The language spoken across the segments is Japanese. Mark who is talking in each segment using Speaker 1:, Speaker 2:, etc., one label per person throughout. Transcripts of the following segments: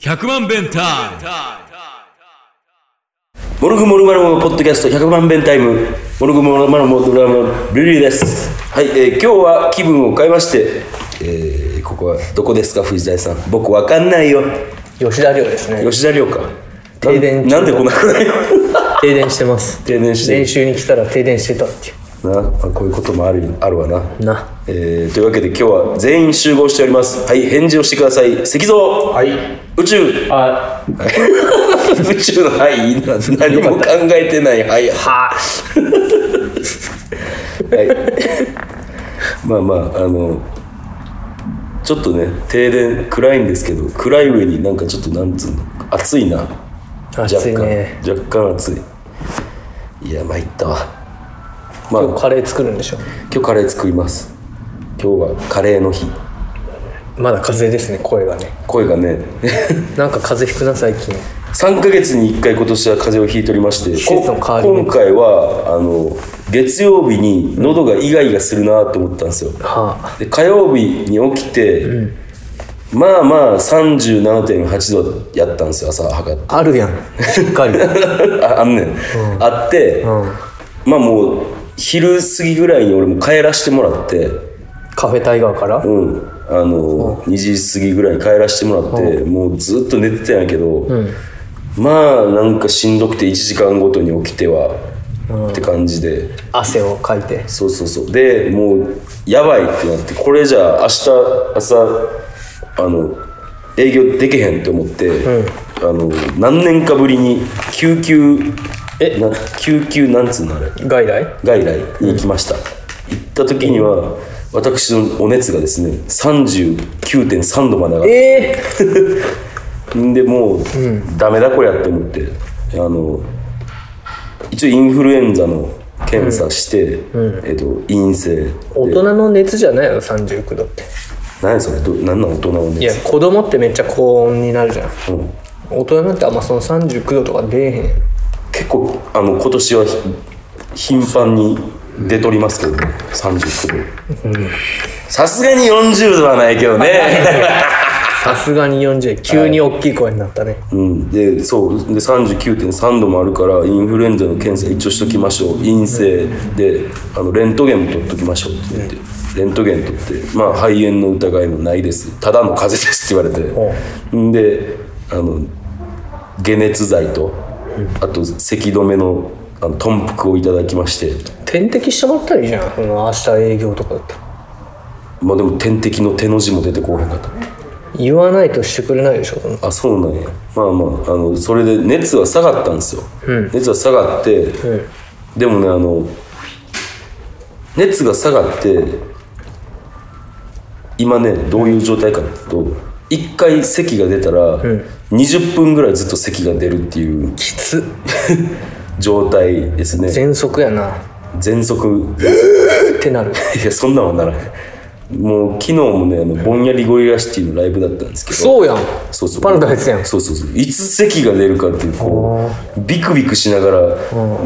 Speaker 1: 100万弁タイム
Speaker 2: モルグモルマルモのポッドキャスト100万弁タイムモルグモルマルモドラムのルリーですはい、えー今日は気分を変えまして、えーここはどこですか藤谷さん僕わかんないよ
Speaker 3: 吉田寮ですね
Speaker 2: 吉田寮か
Speaker 3: 停電
Speaker 2: なんなんで来なくないの
Speaker 3: 停電してます
Speaker 2: 停電して
Speaker 3: 練習に来たら停電してたってい
Speaker 2: なあこういうこともあるあるわな
Speaker 3: うな
Speaker 2: えーというわけで今日は全員集合しておりますはい返事をしてください石像はい宇宙
Speaker 3: あ
Speaker 2: 宇宙の「はい」な何も考えてない「はい」ははい、まあまああのちょっとね停電暗いんですけど暗い上になんかちょっとなんつうの暑いな若
Speaker 3: 暑い
Speaker 2: 干、
Speaker 3: ね
Speaker 2: 若干暑いいや参ったわまあ
Speaker 3: 今日カレー作るんでしょ
Speaker 2: 今日カレー作ります今日はカレーの日
Speaker 3: まだ風邪ですね声がね
Speaker 2: 声がね
Speaker 3: なんか風邪ひくな最近
Speaker 2: 3か月に1回今年は風邪をひいておりまして
Speaker 3: 季節の変わり目
Speaker 2: こ今回はあの月曜日に喉がイガイガするなと思ったんですよ
Speaker 3: は
Speaker 2: で火曜日に起きて、まあまあ37.8度やったんですよ朝測って
Speaker 3: ああるやんしっかり
Speaker 2: ああんねん、あって、まあもう昼過ぎぐらいに俺も帰らしてもらって
Speaker 3: カフェタイガーから
Speaker 2: うん、あの、2時過ぎぐらいに帰らせてもらって、もうずっと寝てたんやけど、まあなんかしんどくて1時間ごとに起きては、って感じで
Speaker 3: 汗をかいて
Speaker 2: そうそうそうでもうやばいってなってこれじゃあ明日朝あの営業できへんって思って、あの何年かぶりに救急えな救急なんつうのあれ
Speaker 3: 外来
Speaker 2: 外来に行きました、行った時には私のお熱がですね39.3度まで上がって、
Speaker 3: ええ
Speaker 2: んでもう、ダメだこりゃって思ってあの一応インフルエンザの検査して、えっと陰性
Speaker 3: 大人の熱じゃないの39度って
Speaker 2: 何それど何なん大人の
Speaker 3: いや
Speaker 2: 熱
Speaker 3: 子供ってめっちゃ高温になるじゃん
Speaker 2: うん
Speaker 3: 大人なんてあんまその39度とか出えへん
Speaker 2: 結構あの今年はひ頻繁に出とりますけどね39度さすがに40度は ないけどね
Speaker 3: さすがに40急に大きい声になったね、
Speaker 2: うん、でそうで39.3度もあるからインフルエンザの検査一応しときましょう陰性であのレントゲンも取っときましょうって言ってレントゲン取ってまあ肺炎の疑いもないですただの風邪ですって言われてんであの解熱剤とあと咳止めのあの豚腹をいただきまして
Speaker 3: 点滴してもらったらいいじゃんその明日営業とかだったら
Speaker 2: まあでも点滴の手の字も出てこへんかった
Speaker 3: 言わないとしてくれないでしょその
Speaker 2: あそうなんやまあまああのそれで熱は下がったんですよ、熱は下がって、でもねあの熱が下がって今ねどういう状態かっていうと1回咳が出たら、20分ぐらいずっと咳が出るっていう
Speaker 3: きつ
Speaker 2: 状態ですね
Speaker 3: 喘息やな
Speaker 2: 喘息
Speaker 3: ってなる
Speaker 2: いやそんなんはならないもう昨日もねあのぼんやりゴリラシティのライブだったんですけど
Speaker 3: そうやん
Speaker 2: そうそう
Speaker 3: パラダイスやん
Speaker 2: そうそうそういつ席が出るかっていうこうビクビクしながら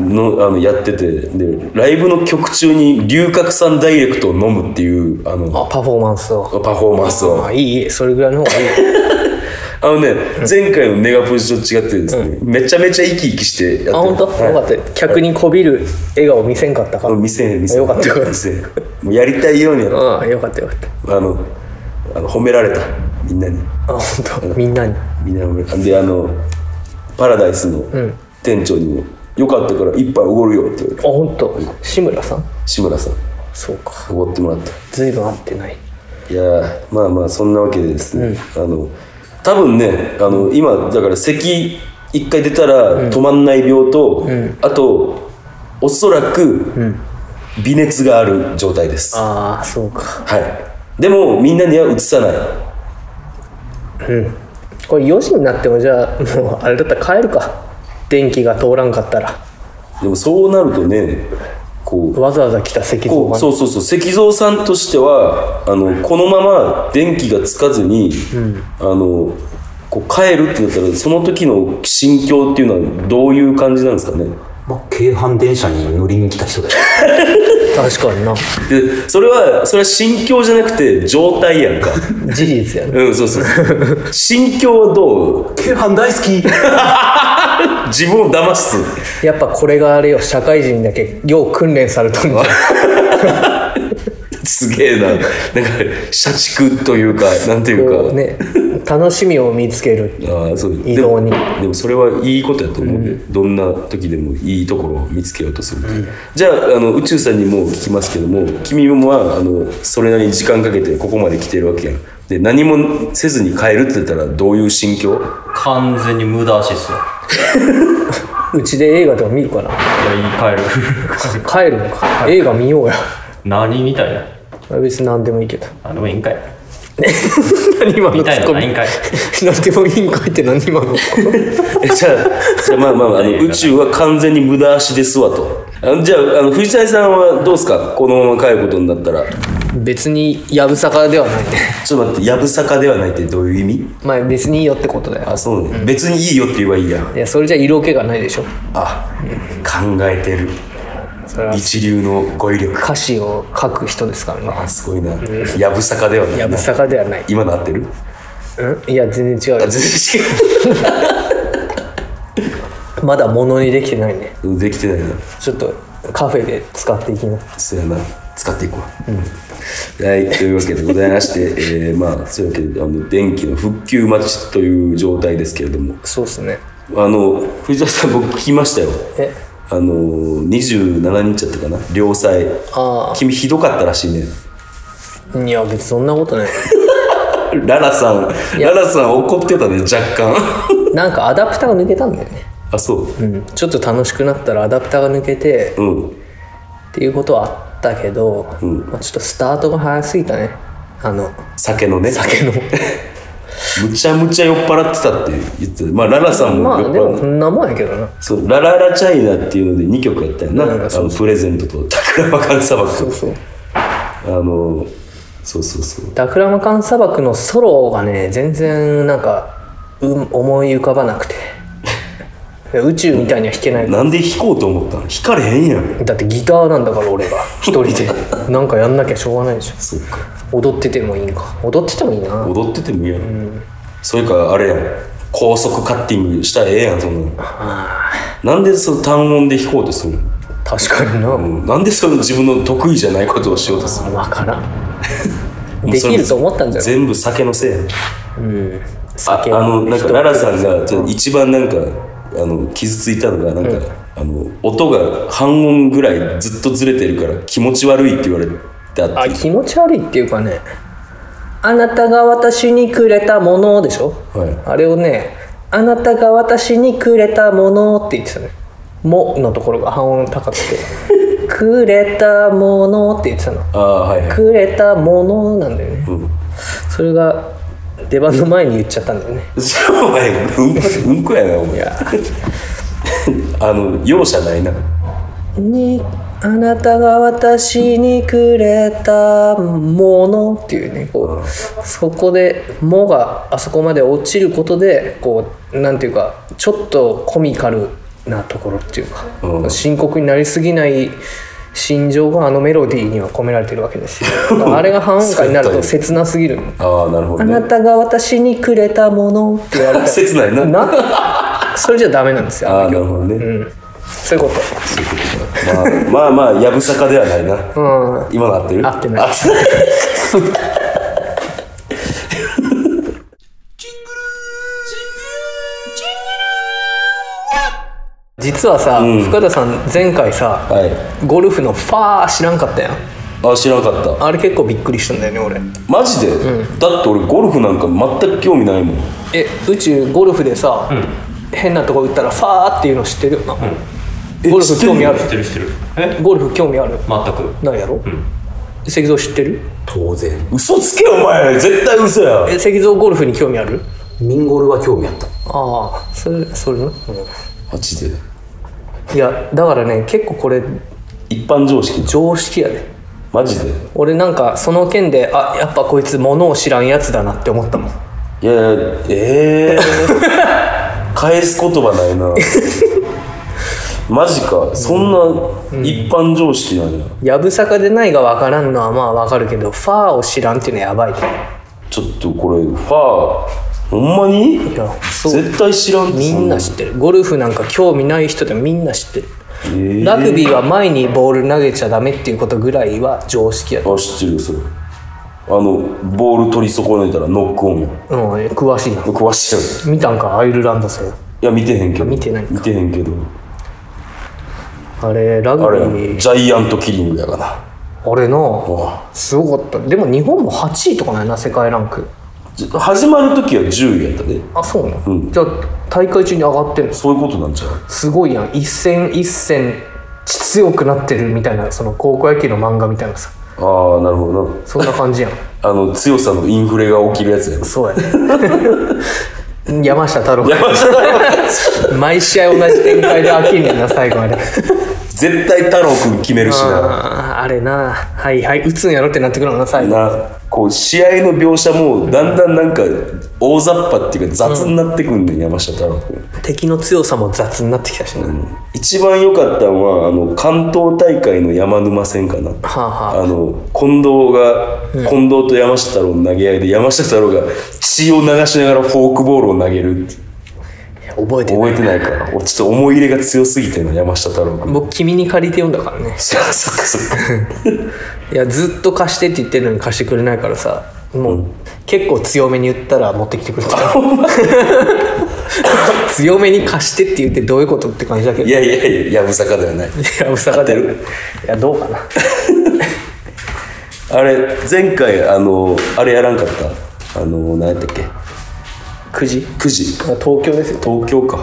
Speaker 2: のあのやっててでライブの曲中に龍角散ダイレクトを飲むっていうあの
Speaker 3: あパフォーマンスを
Speaker 2: パフォーマンスを
Speaker 3: あいいいいそれぐらいの方がいい
Speaker 2: あのね前回のネガポジと違ってですねめちゃめちゃ生き生きしてやってる
Speaker 3: あ本当、よかった客にこびる笑顔見せんかったか
Speaker 2: あ
Speaker 3: ら
Speaker 2: の見せへん見せへん
Speaker 3: よかったよかった
Speaker 2: 見せへんもうやりたいようにやっ
Speaker 3: うんよかったよかった
Speaker 2: あのあの褒められたみんなに
Speaker 3: あ本当みんなに
Speaker 2: みんなもであのパラダイスの店長にも「よかったから一杯おごるよ」って言われ
Speaker 3: あ
Speaker 2: て
Speaker 3: 本当志村さん
Speaker 2: 志村さん
Speaker 3: そうか
Speaker 2: おごってもらった
Speaker 3: 随分会ってない
Speaker 2: いやーまあまあそんなわけでですね、あの多分ねあの今だから咳一回出たら止まんない病と、あとおそらく微熱がある状態です、
Speaker 3: ああそうか
Speaker 2: はいでもみんなには移さない
Speaker 3: これ4時になってもじゃあもうあれだったら帰るか電気が通らんかったら
Speaker 2: でもそうなるとねこう
Speaker 3: わざわざ来た石像
Speaker 2: こう
Speaker 3: が
Speaker 2: そうそうそう石像さんとしてはあのこのまま電気がつかずに、あのこう帰るってなったらその時の心境っていうのはどういう感じなんですかね
Speaker 4: まあ、京阪電車に乗りに来た人だよ。
Speaker 3: 確かにな
Speaker 2: でそれはそれは心境じゃなくて状態やん か
Speaker 3: 事実やな
Speaker 2: うんそうそう心境はどう
Speaker 4: ケンハン大好き
Speaker 2: 自分を騙す
Speaker 3: やっぱこれがあれよ社会人だけよう訓練されとるんじゃん
Speaker 2: すげえななんか社畜というかなんていうか、
Speaker 3: ね、楽しみを見つける
Speaker 2: ああそう
Speaker 3: 移動に
Speaker 2: でもでもそれはいいことやと思うで、どんな時でもいいところを見つけようとする、じゃああの宇宙さんにもう聞きますけども君もはあのそれなりに時間かけてここまで来てるわけやんで何もせずに帰るって言ったらどういう心境
Speaker 4: 完全に無駄足っすよ
Speaker 3: うちで映画とか見るかない
Speaker 4: やいい帰る
Speaker 3: 帰るのか映画見ようや
Speaker 4: 何みたいな
Speaker 3: 別に何でもいいけど
Speaker 4: あでもいいんかい
Speaker 3: 何今の
Speaker 4: み
Speaker 3: ツ
Speaker 4: たい
Speaker 3: ッ
Speaker 4: な
Speaker 3: コ
Speaker 4: な
Speaker 3: ミ
Speaker 4: いんかい
Speaker 3: 何でもいいんかいって何今 の
Speaker 2: えじゃあじゃあまあまああの宇宙は完全に無駄足ですわとあのじゃああの藤谷さんはどうですかこのまま帰ることになったら
Speaker 3: 別にやぶさかではないね
Speaker 2: ちょっと待ってやぶさかではないってどういう意味
Speaker 3: まあ別にいいよってことだよ
Speaker 2: あそうね、別にいいよって言えばいいやん
Speaker 3: いやそれじゃ色気がないでしょ
Speaker 2: あ、考えてる
Speaker 3: それは
Speaker 2: 一流の語彙力
Speaker 3: 歌詞を書く人ですからね
Speaker 2: あすごいなやぶさかではないな
Speaker 3: やぶさかではない
Speaker 2: 今の合ってる
Speaker 3: うんいや全然違う
Speaker 2: あ
Speaker 3: よ
Speaker 2: 全
Speaker 3: まだ物にできてないね
Speaker 2: 然違う できてないな
Speaker 3: ちょっとカフェで使っていきな
Speaker 2: そうやな使っていこう、はいというわけでございまして、え ーまあそういうわけであの電気の復旧待ちという状態ですけれども
Speaker 3: そうっすね
Speaker 2: あの藤田さん僕聞きましたよ
Speaker 3: え
Speaker 2: あの27日やったかな両妻
Speaker 3: あ
Speaker 2: 君ひどかったらしいね
Speaker 3: あいや別にそんなことない
Speaker 2: ララさんララさん怒ってたね若干
Speaker 3: なんかアダプターが抜けたんだよね、
Speaker 2: あそう
Speaker 3: うん、ちょっと楽しくなったらアダプターが抜けて
Speaker 2: うん
Speaker 3: っていうことはあったけど、
Speaker 2: ん
Speaker 3: まあ、ちょっとスタートが早すぎたねあの
Speaker 2: 酒のね
Speaker 3: 酒の
Speaker 2: むちゃむちゃ酔っ払ってたって言ってたまあララさんも
Speaker 3: まあ
Speaker 2: 酔っ
Speaker 3: でも
Speaker 2: 払っ
Speaker 3: こ
Speaker 2: て
Speaker 3: んなもんやけどな
Speaker 2: そうラララチャイナっていうので2曲やったよな、
Speaker 3: うん
Speaker 2: あのプレゼントと宝馬カン砂
Speaker 3: そう
Speaker 2: 漠
Speaker 3: そう
Speaker 2: あのそうそうそう
Speaker 3: ダクラマカン砂漠のソロがね全然なんか、うん、思い浮かばな くて宇宙みたいには弾けない、
Speaker 2: なんで弾こうと思ったの弾かれへんやん
Speaker 3: だってギターなんだから俺が一人で なんかやんなきゃしょうがないでしょ
Speaker 2: そうか
Speaker 3: 踊っててもいいんか踊っててもいいな
Speaker 2: 踊っててもいいやん、それかあれやん高速カッティングしたらええやんそんなのなんでその単音で弾こうとするの、
Speaker 3: 確かにな、
Speaker 2: うんなんでその自分の得意じゃないことをしようとする
Speaker 3: わからん
Speaker 2: の
Speaker 3: できると思ったんじゃない
Speaker 2: 全部酒のせいやんあ
Speaker 3: 酒
Speaker 2: あのなんかララさんがちょっと一番なんかあの傷ついたのがなんか、あの音が半音ぐらいずっとずれてるから気持ち悪いって言われたっ
Speaker 3: あ
Speaker 2: て
Speaker 3: 気持ち悪いっていうかねあなたが私にくれたものでしょ、
Speaker 2: はい
Speaker 3: あれをねあなたが私にくれたものって言ってたね「も」のところが半音高 くて「くれたもの」って言ってたの
Speaker 2: ああはい
Speaker 3: 「
Speaker 2: はい、
Speaker 3: くれたもの」なんだよね
Speaker 2: うん、
Speaker 3: それが出番の前に言っちゃったんだよね
Speaker 2: それお前うんこうんこやなお前あの容赦ないな
Speaker 3: にあなたが私にくれたものっていうねこうそこで「も」があそこまで落ちることでこうなんていうかちょっとコミカルなところっていうか、
Speaker 2: うん
Speaker 3: 深刻になりすぎない心情があのメロディーには込められてるわけですよだからあれが半音階になると切なすぎるの
Speaker 2: ああなるほ
Speaker 3: あ
Speaker 2: ど
Speaker 3: な
Speaker 2: ね
Speaker 3: たが私にくれたものって言われた
Speaker 2: 切ないな
Speaker 3: ら なそれじゃダメなんですよ
Speaker 2: ああなるほどね、
Speaker 3: そういうこと
Speaker 2: まあまあまあやぶさかではないな、今の合ってる
Speaker 3: 合ってな
Speaker 2: 合
Speaker 3: い
Speaker 2: ってない
Speaker 3: 実はさ、深田さん前回さ、
Speaker 2: は
Speaker 3: ゴルフのファー知らんかったやん
Speaker 2: いあ知らなかった
Speaker 3: あれ結構びっくりしたんだよね俺
Speaker 2: マジで、だって俺ゴルフなんか全く興味ないもん
Speaker 3: え宇宙ゴルフでさ、変なとこ打ったらファーっていうの知ってるよな、
Speaker 2: え
Speaker 3: ゴルフ興味ある
Speaker 4: 知ってる知ってるえ
Speaker 3: ゴルフ興味ある
Speaker 4: 全く
Speaker 3: ないやろ、石像知ってる
Speaker 5: 当然
Speaker 2: 嘘つけお前絶対嘘や
Speaker 3: え石像ゴルフに興味ある
Speaker 5: ミンゴルは興味あった
Speaker 3: ああそれそれな、うん
Speaker 2: マジで
Speaker 3: いやだからね結構これ
Speaker 2: 一般常識
Speaker 3: 常識やで
Speaker 2: マジで
Speaker 3: 俺なんかその件であやっぱこいつ物を知らんやつだなって思ったもん
Speaker 2: いやいやええー、返す言葉ないなマジかそんな一般常識なんや、
Speaker 3: やぶさかでないが分からんのはまあ分かるけどファーを知らんっていうのはやばいね
Speaker 2: ちょっとこれファーほんまに
Speaker 3: いやそう
Speaker 2: 絶対知らんって
Speaker 3: みんな知ってるゴルフなんか興味ない人でもみんな知ってる
Speaker 2: そんなえー
Speaker 3: ラグビーは前にボール投げちゃダメっていうことぐらいは常識やと
Speaker 2: あ知ってるよそれあのボール取り損ねたらノックオンや
Speaker 3: うん詳しいな
Speaker 2: 詳しいやん
Speaker 3: 見たんかアイルランド戦
Speaker 2: いや見てへんけど
Speaker 3: 見てないか
Speaker 2: 見てへんけど
Speaker 3: あれラグビ
Speaker 2: あれや
Speaker 3: ー
Speaker 2: んジャイアントキリングやがな
Speaker 3: あれの
Speaker 2: あ
Speaker 3: すごかったでも日本も8位とかなんやな世界ランク
Speaker 2: じ始まる時は10位やったで
Speaker 3: あそうなの、
Speaker 2: うん
Speaker 3: じゃあ大会中に上がってんの
Speaker 2: そういうことなんちゃう
Speaker 3: すごいやん一戦一戦強くなってるみたいなその高校野球の漫画みたいなさ
Speaker 2: ああなるほどな
Speaker 3: そんな感じやん
Speaker 2: あの強さのインフレが起きるやつやん
Speaker 3: そうやね 山下太郎
Speaker 2: 山下太郎
Speaker 3: 毎試合同じ展開で飽きんねんな最後 あれ
Speaker 2: 絶対太郎くん決めるしな
Speaker 3: あーあれなはいはい打つんやろってなってくるのな最後
Speaker 2: なこう試合の描写もだんだんなんか大雑把っていうか雑になってくんねん、山下太郎くん
Speaker 3: 敵の強さも雑になってきたしな、は
Speaker 2: 一番良かったのはあの関東大会の山沼戦かな
Speaker 3: あはあ
Speaker 2: あの近藤が、近藤と山下太郎の投げ合いで山下太郎が血を流しながらフォークボールを投げるって
Speaker 3: いや覚えてな
Speaker 2: 覚
Speaker 3: い
Speaker 2: えてないからおちょっと思い入れが強すぎてな山下太郎君
Speaker 3: 僕君に借りて読んだからね
Speaker 2: そっかそっか
Speaker 3: いやずっと貸してって言ってるのに貸してくれないからさもう、結構強めに言ったら持ってきてくれ た強めに貸してって言ってどういうことって感じだけど
Speaker 2: いやいやいややぶさかではない
Speaker 3: やぶさかでるいやどうかな
Speaker 2: あれ前回あのあれやらんかったあの何やったっけ
Speaker 3: 9時
Speaker 2: 9時
Speaker 3: 東京ですよ
Speaker 2: 東京か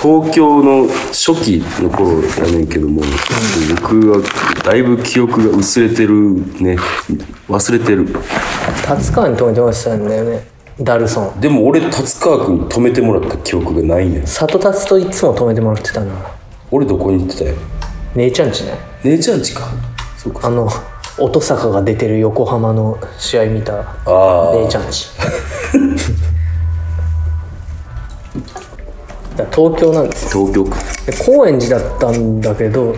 Speaker 2: 東京の初期の頃やねんけども、僕はだいぶ記憶が薄れてるね忘れてる
Speaker 3: 立川に止めてましたんだよねダルソン
Speaker 2: でも俺達川君に止めてもらった記憶がないんや
Speaker 3: 里達といつも止めてもらってたな
Speaker 2: 俺どこに行ってたよ
Speaker 3: 姉ちゃんちね
Speaker 2: 姉ちゃんちかそうか
Speaker 3: あの音坂が出てる横浜の試合見た
Speaker 2: ああ
Speaker 3: 姉ちゃんちだから東京なんですよ
Speaker 2: 東京か
Speaker 3: で高円寺だったんだけど、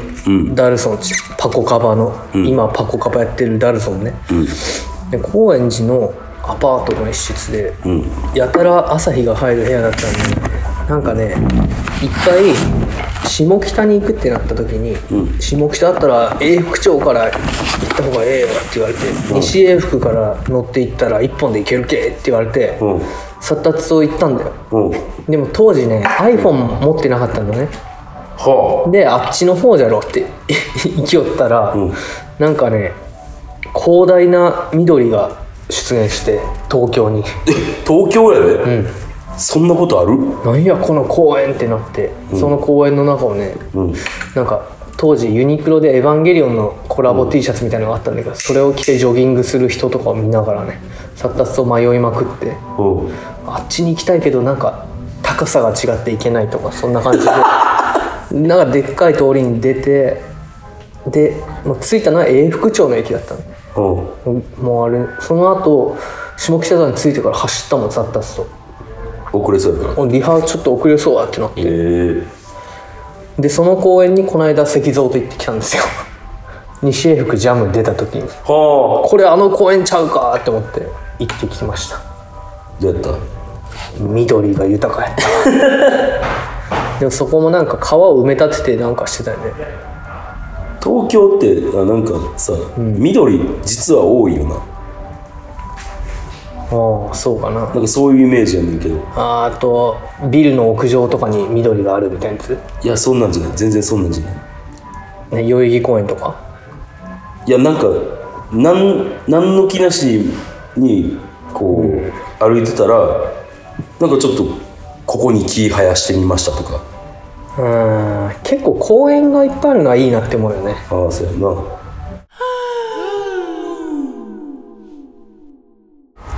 Speaker 3: ダルソンちパコカバの、今パコカバやってるダルソンね、で高円寺のアパートの一室で、やたら朝日が入る部屋だったんでなんかね一回下北に行くってなった時に、下北だったら永福町から行った方がええよって言われて、西永福から乗って行ったら一本で行けるけって言われて、
Speaker 2: うん
Speaker 3: 殺達を行ったんだよ
Speaker 2: うん
Speaker 3: でも当時ね iPhone 持ってなかったんだね
Speaker 2: は
Speaker 3: であっちの方じゃろって 行きよったら、なんかね広大な緑が出現して東京 に
Speaker 2: あ 東京やで、そんなことある
Speaker 3: なんやこの公園ってなって、その公園の中をね、なんか当時ユニクロで「エヴァンゲリオン」のコラボ T シャツみたいなのがあったんだけど、それを着てジョギングする人とかを見ながらね殺達を迷いまくって
Speaker 2: うん
Speaker 3: あっちに行きたいけどなんか高さが違っていけないとかそんな感じでなんかでっかい通りに出てでもう着いたのは永福町の駅だったの
Speaker 2: うん
Speaker 3: もうもうあれその後下北沢に着いてから走ったもんザッタスと
Speaker 2: 遅れそうやから
Speaker 3: おリハちょっと遅れそうだってなって
Speaker 2: えー、
Speaker 3: でその公園にこの間石像と行ってきたんですよ 西永福ジャム出た時に
Speaker 2: は
Speaker 3: これあの公園ちゃうかって思って行ってきました
Speaker 2: あどうやった
Speaker 3: 緑が豊かやった でもそこもなんか川を埋め立ててなんかしてたよね
Speaker 2: 東京ってあなんかさ、緑実は多いよな
Speaker 3: ああそうかな
Speaker 2: なんかそういうイメージやねんけど
Speaker 3: あーあとビルの屋上とかに緑があるみたいなやつ、ね、
Speaker 2: いやそんなんじゃない全然そんなんじゃない
Speaker 3: 代々木公園とか
Speaker 2: いやなんかなんなんの気なしにこう、歩いてたらなんかちょっとここに木生やしてみましたとか
Speaker 3: うーん結構公園がいっぱいあるのはいいなって思うよね
Speaker 2: ああそうやな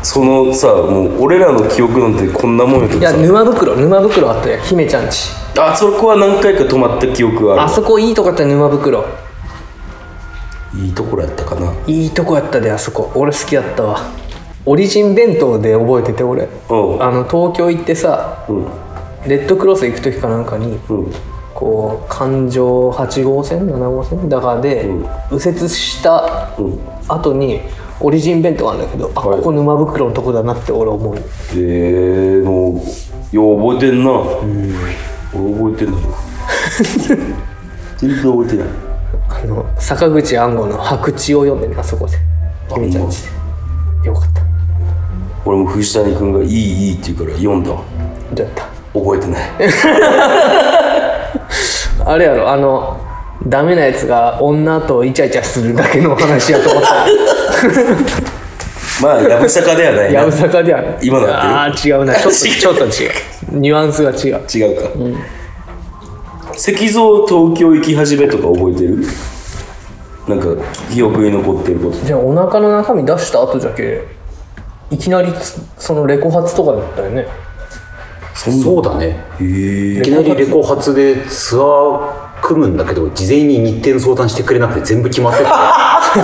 Speaker 2: そのさもう俺らの記憶なんてこんなもんやけ
Speaker 3: い
Speaker 2: ど
Speaker 3: や
Speaker 2: さ
Speaker 3: 沼袋沼袋あったよ姫ちゃんち
Speaker 2: あそこは何回か泊まった記憶があ
Speaker 3: あ
Speaker 2: る
Speaker 3: そこいいとこやったよ沼袋
Speaker 2: いいところやったかない
Speaker 3: いとこやったであそこ俺好きやったわオリジン弁当で覚えてて俺あ
Speaker 2: うん
Speaker 3: の東京行ってさ
Speaker 2: うん
Speaker 3: レッドクロス行く時かなんかに、
Speaker 2: うん
Speaker 3: ここう環状8号線7号線だからで、
Speaker 2: うん
Speaker 3: 右折した
Speaker 2: うん
Speaker 3: 後にオリジン弁当があるんだけど、あ
Speaker 2: はい
Speaker 3: ここ沼袋のとこだなって俺思う
Speaker 2: えー、もうよう覚えてんな、俺覚えてない 全然覚えてない
Speaker 3: あの坂口安吾の「白痴」を読んでねあそこで君ちゃんちでよかった
Speaker 2: 俺も藤谷君が「いいいい」って言うから読んだ
Speaker 3: どうやっ
Speaker 2: 覚えて ない
Speaker 3: たあれやろあのダメなやつが女とイチャイチャするだけの話やと 思った
Speaker 2: まあやぶさかではない
Speaker 3: や
Speaker 2: な
Speaker 3: ぶさかではない
Speaker 2: 今のや
Speaker 3: ああー違うなち ょっとちょっと違うニュアンスが違う
Speaker 2: 違うか、石像東京行き始めとか覚えてるなんか記憶に残ってること
Speaker 3: じゃあお腹の中身出した後じゃけいきなりつそのレコ発とかだったよね
Speaker 5: そうだね
Speaker 2: へえ
Speaker 5: いきなりレコ発でツアー組むんだけど事前に日程の相談してくれなくて全部決まってて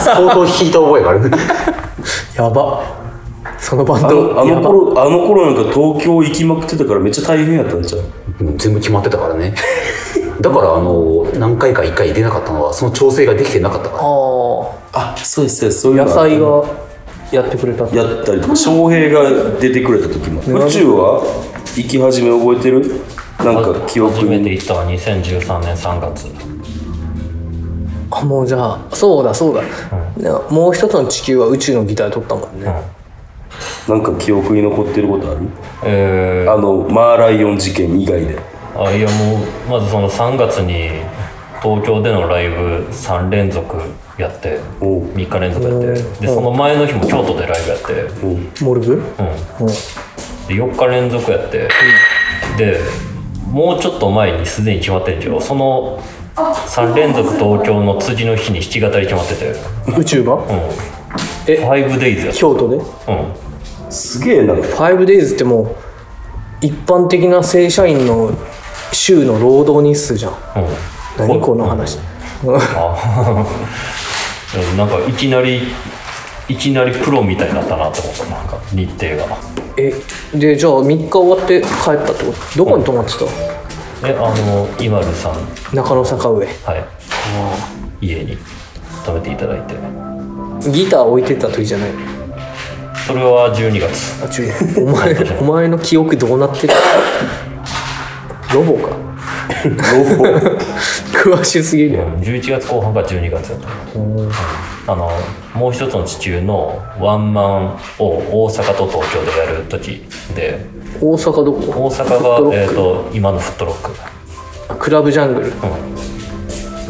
Speaker 5: 相当引いた覚えがある
Speaker 3: やばそのバン
Speaker 2: あの
Speaker 3: ド
Speaker 2: あ
Speaker 3: や
Speaker 2: の
Speaker 3: ば
Speaker 2: 頃あの頃なんか東京行きまくってたからめっちゃ大変やったんちゃう
Speaker 5: うん全部決まってたからねだからあの何回か1回出なかったのはその調整ができてなかったか
Speaker 3: あ
Speaker 2: あそうですそうですそういう
Speaker 3: ー野
Speaker 2: のあった
Speaker 3: 菜がやってくれた
Speaker 2: やったりとか翔平が出てくれた時も宇宙は行き始め覚えてるなんか記憶
Speaker 4: 初めて
Speaker 2: に
Speaker 4: 行ったのは2013年3月
Speaker 3: あもうじゃあそうだそうだ、なもう一つの地球は宇宙のギター取ったもんね、
Speaker 2: なんか記憶に残ってることある
Speaker 4: え
Speaker 2: あのマーライオン事件以外で
Speaker 4: ー、あいやもうまずその3月に東京でのライブ3連続やって
Speaker 2: おう
Speaker 4: 3日連続やってでその前の日も京都でライブやってうん
Speaker 2: おう
Speaker 3: モルグ
Speaker 4: で4日連続やってでもうちょっと前にすでに決まってんけどその3連続東京の次の日に弾き語り決まっててうん
Speaker 3: 宇宙がえ
Speaker 4: 5days やっ
Speaker 3: 京都で
Speaker 4: たうん
Speaker 2: すげえな
Speaker 3: 5days ってもう一般的な正社員の週の労働日数じゃん
Speaker 4: うん
Speaker 3: 何 この話
Speaker 4: あなんかいきなりいきなりプロみたいになったなって思ったなんか日程が
Speaker 3: えでじゃあ3日終わって帰ったってことどこに泊まってた、
Speaker 4: えあの IMALU さん
Speaker 3: 中野坂上
Speaker 4: はい家に泊めていただいて
Speaker 3: ギター置いてた時じゃない
Speaker 4: それは12月
Speaker 3: あ違うお 前お前の記憶どうなってるロボか 詳しすぎるよ
Speaker 4: 11月後半か12月やったあのもう一つの地球のワンマンを大阪と東京でやる時で
Speaker 3: 大阪どこ
Speaker 4: 大阪が、えー、と今のフットロック
Speaker 3: クラブジャングル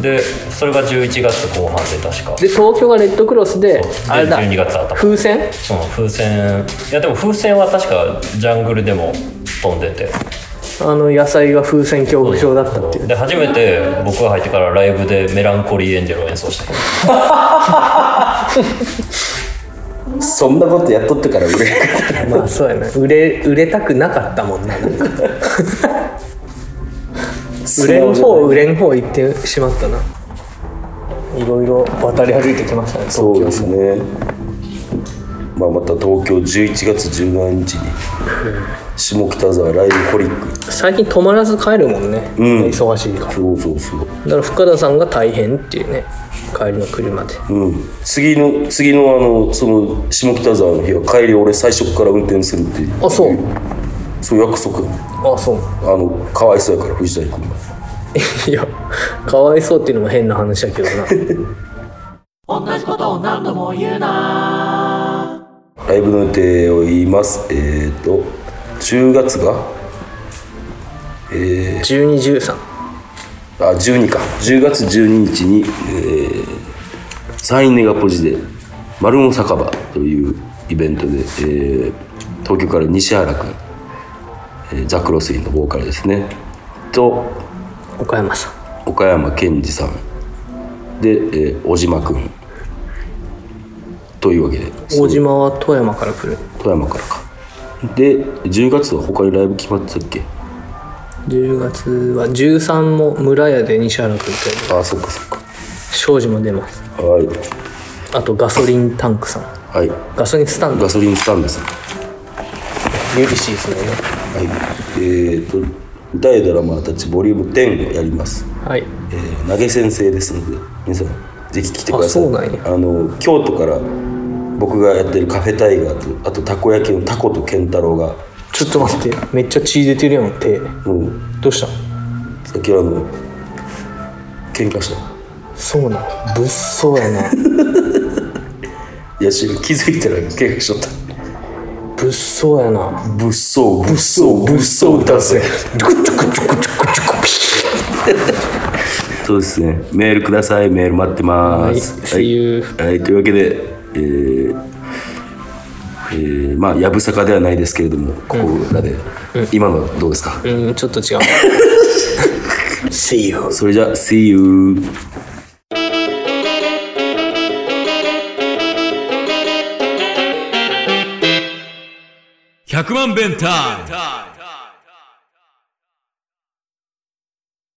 Speaker 4: でそれが11月後半で確か
Speaker 3: で東京がレッドクロスで
Speaker 4: そ
Speaker 3: あ
Speaker 4: う
Speaker 3: れだ
Speaker 4: 12月頭
Speaker 3: 風船
Speaker 4: その風船いやでも風船は確かジャングルでも飛んでて
Speaker 3: あの野菜が風船競技場だったっていう
Speaker 4: で初めて僕が入ってからライブでメランコリーエンジェルを演奏した
Speaker 2: そんなことやっとってから売れへんかった
Speaker 3: まあそうやね売れ売れたくなかったも んななんか売れん方売れん方行ってしまったないろいろ渡り歩いてきましたね東
Speaker 2: そう
Speaker 3: 京
Speaker 2: ですね。まあまた東京11月17日に下北沢ライブホリック。
Speaker 3: 最近止まらず帰るもんね、
Speaker 2: うん
Speaker 3: 忙しいからだ
Speaker 2: そうそうそう。
Speaker 3: から深田さんが大変っていうね帰りの車で
Speaker 2: うん。次の次のあのその下北沢の日は帰り俺最初から運転するっていう。
Speaker 3: あそう
Speaker 2: そう約束。
Speaker 3: あそう
Speaker 2: あのかわいそうやから藤谷君が。
Speaker 3: いやかわいそうっていうのも変な話だけどな
Speaker 2: ライブの予定を言います。えっ、ー、と10月が
Speaker 3: 1213
Speaker 2: あ12か10月12日に、えー、サインネガポジで「丸の酒場」というイベントで、えー東京から西原君、えーザクロスイのボーカルですねと
Speaker 3: 岡山さん
Speaker 2: 岡山健二さんで、えー小島君というわけで
Speaker 3: 大島は富山から来る
Speaker 2: 富山からかで10月は他にライブ決まってたっけ
Speaker 3: 10月は13も村屋で西原君と
Speaker 2: あそっかそっか
Speaker 3: 庄司も出ます
Speaker 2: はい
Speaker 3: あとガソリンタンクさん
Speaker 2: はい
Speaker 3: ガソリンスタンド
Speaker 2: ガソリンスタンドさん
Speaker 3: ユリシーズのね
Speaker 2: はい、えー、と歌いドラマたちボリューム10をやります、
Speaker 3: はい
Speaker 2: えー投げ先生ですので皆さんぜひ来てください
Speaker 3: あそうなんや
Speaker 2: あの京都から僕がやってるカフェタイガーとあとたこ焼きのタコと健太郎が
Speaker 3: ちょっと待ってめっちゃ血出てるやん手
Speaker 2: もうん
Speaker 3: どうした
Speaker 2: さっきあの喧嘩した
Speaker 3: そうなん物騒や な
Speaker 2: いやし気づいたら喧嘩しとった
Speaker 3: 物騒やな
Speaker 2: 物騒物騒物騒歌せそうですねメールくださいメール待ってます
Speaker 3: はい See you
Speaker 2: はい、というわけでえーえーまあやぶさかではないですけれどもここらで、今のはどうですか、
Speaker 3: うんちょっと違う See you
Speaker 2: それじゃあ See you
Speaker 1: 100万弁タイム